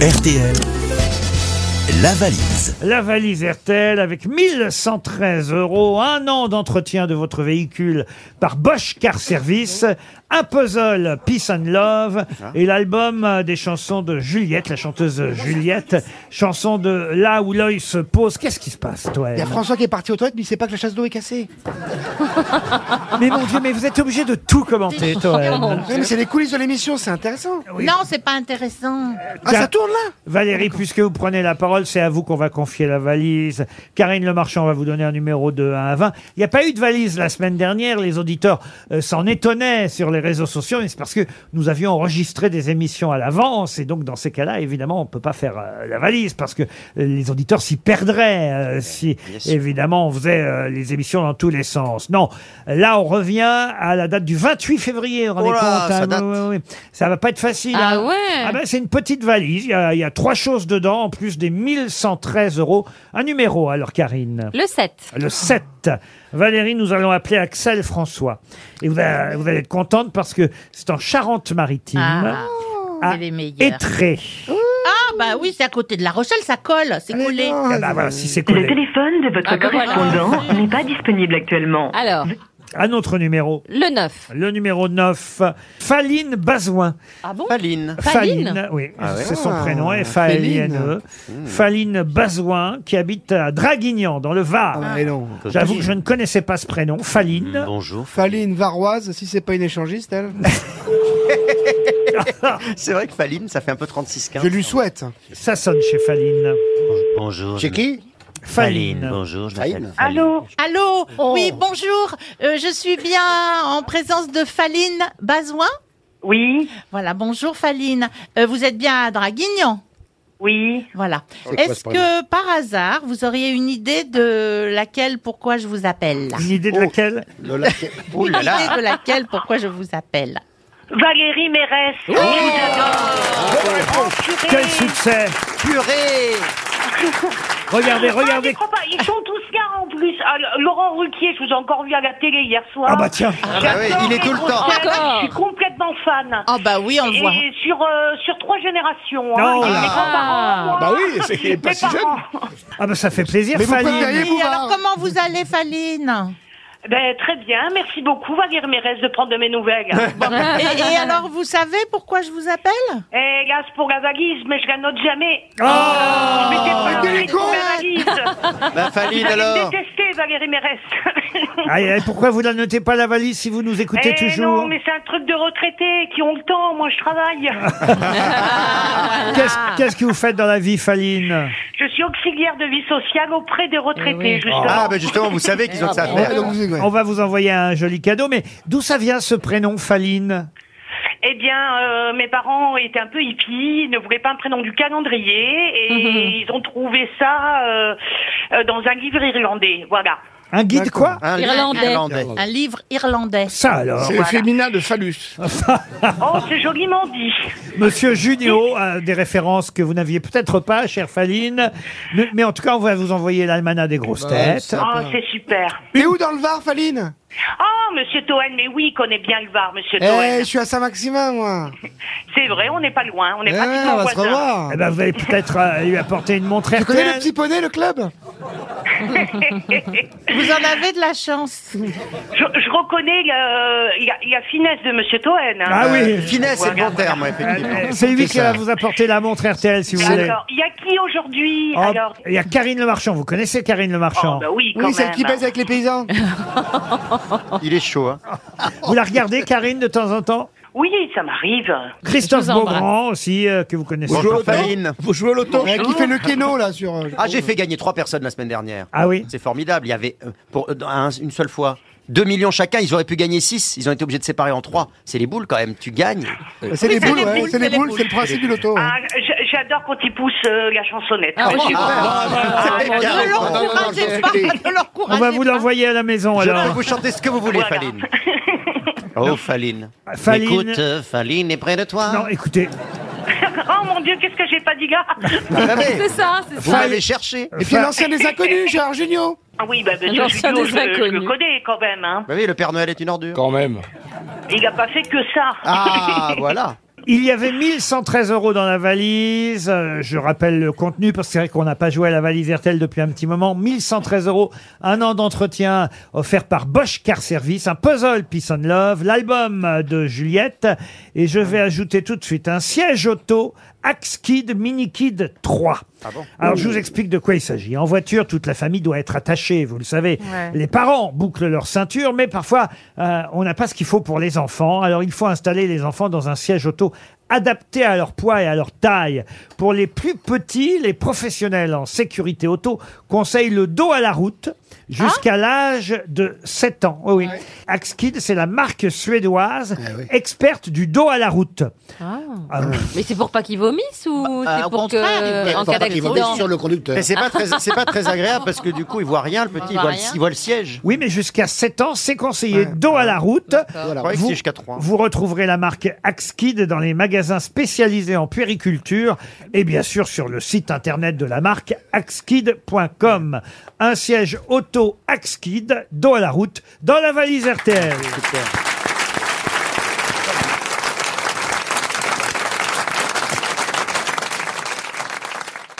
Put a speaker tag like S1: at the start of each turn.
S1: RTL, la valise.
S2: La valise RTL avec 1113 euros, un an d'entretien de votre véhicule par Bosch Car Service, un puzzle Peace and Love
S3: Ah.
S2: et l'album euh, des chansons de Juliette, la chanteuse Juliette, chanson de Là où l'œil se pose. Qu'est-ce qui se passe, toi
S3: Il y a
S2: Anne
S3: François qui est parti aux toilettes, mais il sait pas que la chasse d'eau est cassée.
S2: Mais mon Dieu, mais vous êtes obligé de tout commenter, toi Anne.
S3: Ouais, mais c'est les coulisses de l'émission, c'est intéressant.
S4: Non, c'est pas intéressant.
S3: Ah, ça tourne là
S2: Valérie, puisque vous prenez la parole, c'est à vous qu'on va confier la valise. Karine Le Marchand va vous donner un numéro de 1 à 20. Il n'y a pas eu de valise la semaine dernière. Les auditeurs euh, s'en étonnaient sur les réseaux sociaux, mais c'est parce que nous avions enregistré des émissions à l'avance. Et donc, dans ces cas-là, évidemment, on ne peut pas faire euh, la valise parce que euh, les auditeurs s'y perdraient euh, si, évidemment, on faisait euh, les émissions dans tous les sens. Non, là, on revient à la date du 28 février. vous vous rendez
S3: Oh là,
S2: compte,
S3: ça
S2: hein,
S3: date.
S2: oui, oui, oui. Ça va pas être facile.
S4: Ah
S2: hein.
S4: ouais
S2: Ah ben, c'est une petite valise. Il y, a, il y a trois choses dedans, en plus des 1113 euros. Un numéro, alors, Karine.
S4: Le 7.
S2: Le 7. Valérie, nous allons appeler Axel François. Et vous, allez- vous allez être contente parce que c'est en Charente-Maritime.
S4: Ah,
S2: Ah,
S4: c'est les meilleurs.
S2: Étré.
S4: Ah, bah oui, c'est à côté de La Rochelle, ça colle, c'est collé.
S3: non.
S2: Ah bah voilà, si c'est
S5: Le
S2: collé.
S5: téléphone de votre
S4: Ah bah voilà.
S5: correspondant n'est pas disponible actuellement.
S4: Alors,
S2: Un autre numéro.
S4: le 9.
S2: Le numéro 9. Faline Bazouin.
S4: Ah bon
S3: Paline.
S4: Faline
S2: oui,
S3: ouais.
S2: c'est son
S3: Ah,
S2: prénom, hein, F-A-L-I-N-E. Faline Bazouin, qui habite à Draguignan, dans le Var.
S3: Ah, mais non.
S2: J'avoue que je ne connaissais pas ce prénom, Faline.
S6: Bonjour.
S3: Faline varoise, si c'est pas une échangiste, elle.
S7: C'est vrai que Faline, ça fait un peu 36-15.
S3: Je lui souhaite.
S2: Ça sonne chez Faline.
S6: Bonjour.
S7: Chez qui
S2: Faline.
S6: Bonjour, je
S7: Faline.
S6: m'appelle Faline.
S5: Allô
S4: Allô Oui, bonjour. Euh, je suis bien en présence de Faline Bazouin.
S5: Oui,
S4: Voilà, bonjour Faline. Euh, vous êtes bien à Draguignan
S5: oui.
S4: Voilà.
S7: quoi
S4: Est-ce
S7: ce
S4: que par hasard, vous auriez une idée de laquelle, pourquoi je vous appelle
S2: Une idée de
S7: Oh.
S2: laquelle
S7: Le lac- Ouh
S4: Une
S7: Oh là là.
S4: idée de laquelle, pourquoi je vous appelle
S5: Valérie Mérès. Ah, Je vous adore. Oh, purée.
S2: Quel succès
S7: Purée
S2: Regardez,
S5: Ah, j'y
S2: regardez.
S5: crois pas, Ils sont tous là en plus. Ah, le- Laurent Ruquier, je vous ai encore vu à la télé hier soir.
S2: Ah bah tiens,
S7: Ah oui, il est tout le temps.
S5: J'adore. Je suis complètement fan.
S4: Ah bah oui, on le voit.
S5: Et sur, euh, sur trois générations. hein.
S2: Non,
S5: Et
S2: là.
S5: mes grands-parents, moi,
S8: Bah oui, c'est qu'il est pas
S5: mes
S8: si jeune.
S5: parents.
S2: ah bah ça fait plaisir,
S3: Mais vous
S2: Faline.
S3: préfériez
S4: Oui,
S3: Bouvard.
S4: alors comment vous allez, Faline
S5: Ben, très bien, merci beaucoup Valérie Mérès de prendre de mes nouvelles.
S4: Bon. et,
S6: Ah,
S4: et alors, vous savez pourquoi je vous appelle
S5: Hélas pour la valise, mais je la note jamais.
S2: Ah
S5: Mais t'es pas
S3: quel
S5: noté
S3: con.
S5: pour la valise.
S7: Bah Faline
S5: Vous allez
S7: alors
S5: détester Valérie Mérès.
S2: Aïe, aïe, pourquoi vous ne notez pas la valise si vous nous écoutez
S5: Eh
S2: toujours
S5: non, mais c'est un truc de retraités qui ont le temps. Moi, je travaille.
S2: Qu'est-ce qu'est-ce que vous faites dans la vie, Faline
S5: je suis auxiliaire de vie sociale auprès des
S3: Eh
S5: retraités, justement.
S7: Ah
S3: ben.
S7: bah justement, vous savez qu'ils ont que ça à
S3: Ouais,
S7: faire.
S3: Ah, donc, vous- ouais.
S2: On va vous envoyer un joli cadeau, mais d'où ça vient ce prénom, Faline
S5: Eh bien, euh, mes parents étaient un peu hippies, ils ne voulaient pas un prénom du calendrier
S3: Mhm.
S5: et ils ont trouvé ça euh, euh, dans un livre irlandais. Voilà.
S2: Un guide
S3: D'accord.
S2: quoi
S7: Un
S4: Irlandais.
S7: Hein, Irlandais.
S4: Un livre irlandais.
S2: Ça alors
S8: C'est le féminin de phallus.
S3: Ah,
S5: Oh, c'est joliment dit.
S2: Monsieur Junio a des références que vous n'aviez peut-être pas, chère Faline. Mais, mais en tout cas, on va vous envoyer l'almanach des
S3: Bah,
S2: grosses
S3: Ah,
S2: têtes.
S5: Oh, c'est super.
S3: T'es où dans le Var, Faline
S5: Oh, monsieur Toen, mais oui, il connaît bien le Var, monsieur
S3: Eh,
S5: Toen.
S3: je suis à Saint-Maximin, moi.
S5: C'est vrai, on n'est pas loin, on
S3: Eh,
S5: est pratiquement
S3: on va se
S5: voisins.
S3: revoir.
S2: Eh ben, vous allez peut-être euh, lui apporter une montre
S3: Tu connais le
S2: RTL.
S3: petit poney, le club
S4: Vous en avez de la chance.
S5: Je, je reconnais le- la, la finesse de monsieur Toen. hein.
S2: Ah
S3: Euh,
S2: oui.
S7: Finesse, c'est le bon terme,
S2: Euh,
S7: effectivement.
S2: C'est lui
S7: C'est
S2: qui va
S7: ça.
S2: vous apporter la montre RTL si vous voulez.
S5: Alors, il y a qui aujourd'hui
S2: Oh,
S5: alors
S2: Il y a Karine Le Marchand. Vous connaissez Karine Le Marchand
S5: Oh, bah oui, quand
S3: Oui, celle
S5: même.
S3: qui baise avec les paysans.
S7: Il est chaud, hein.
S2: Vous la regardez Karine de temps en temps
S5: Oui, ça m'arrive.
S2: Christophe Beaugrand aussi euh, que vous connaissez.
S7: Bonjour
S2: peut-être.
S7: Faline.
S8: Vous jouez au loto
S3: Ouais, qui fait le kéno, là, sur... euh,
S7: Ah j'ai fait gagner trois personnes la semaine dernière.
S2: Ah oui.
S7: C'est formidable, il y avait euh, pour euh, dans un- une seule fois 2 millions chacun, ils auraient pu gagner 6, ils ont été obligés de séparer en 3. C'est les boules quand même, tu gagnes.
S3: C'est les boules, ouais, c'est les boules, c'est le principe du loto. ouais.
S5: Ah, j- J'adore quand il pousse euh, la chansonnette. Oh, super.
S6: Ah,
S7: C'est bien.
S4: Ne
S7: Non, non, non,
S4: l'encouragez pas, ne
S2: On
S4: l'encouragez
S2: va vous l'envoyer à la maison
S7: Je peux
S2: alors.
S7: vous chanter ce que vous voulez,
S5: Voilà.
S7: Faline. Oh, Faline.
S2: Faline.
S7: Écoute, euh, Faline est près de toi.
S2: Non, écoutez,
S5: Oh mon Dieu, qu'est-ce que j'ai pas dit là
S7: Vous l'avez-
S4: ça, c'est
S7: vous l'avez cherché.
S3: Et puis l'ancien des inconnus, Gérard Jugnot.
S5: Ah Oui, bah, monsieur
S4: L'ancien
S5: Julio,
S4: des
S5: je, je le
S4: inconnus.
S5: connais quand même. Hein.
S7: Bah oui, le Père Noël est une ordure.
S8: Quand même.
S5: Il n'a pas fait que ça.
S7: Ah, voilà.
S2: Il y avait 1113 euros dans la valise. Euh, Je rappelle le contenu parce que c'est vrai qu'on n'a pas joué à la valise RTL depuis un petit moment. 1113 euros, un an d'entretien offert par Bosch Car Service, un puzzle Peace and Love, l'album de Juliette. Et je vais ajouter tout de suite un siège auto Axe Kid Mini Kid 3. Alors je vous explique de quoi il s'agit. En voiture, toute la famille doit être attachée, vous le savez.
S4: Ouais.
S2: Les parents bouclent leur ceinture, mais parfois euh, on n'a pas ce qu'il faut pour les enfants. Alors il faut installer les enfants dans un siège auto adapté à leur poids et à leur taille. Pour les plus petits, les professionnels en sécurité auto conseillent le dos à la route jusqu'à l'âge de 7 ans. Oh Oui, oui. Axkid, c'est la marque suédoise experte du dos à la route. Ah, oui.
S6: Mais c'est pour pas qu'il vomisse ou
S7: Bah,
S6: c'est
S7: au
S6: pour que en cas d'accident
S8: sur le conducteur.
S7: Mais c'est pas, très- c'est pas très agréable parce que du coup, il voit rien, le petit, il
S6: voit
S7: voit le,
S6: rien.
S7: il voit le siège.
S2: Oui, mais jusqu'à 7 ans, c'est conseillé dos à la route.
S7: Je croyais que
S2: Vous-
S7: c'était jusqu'à 3.
S2: Vous retrouverez la marque Axkid dans les magasins spécialisés en puériculture et bien sûr sur le site internet de la marque axkid.com. Un siège auto Axkid, dos à la route, dans la valise RTL.
S7: Super.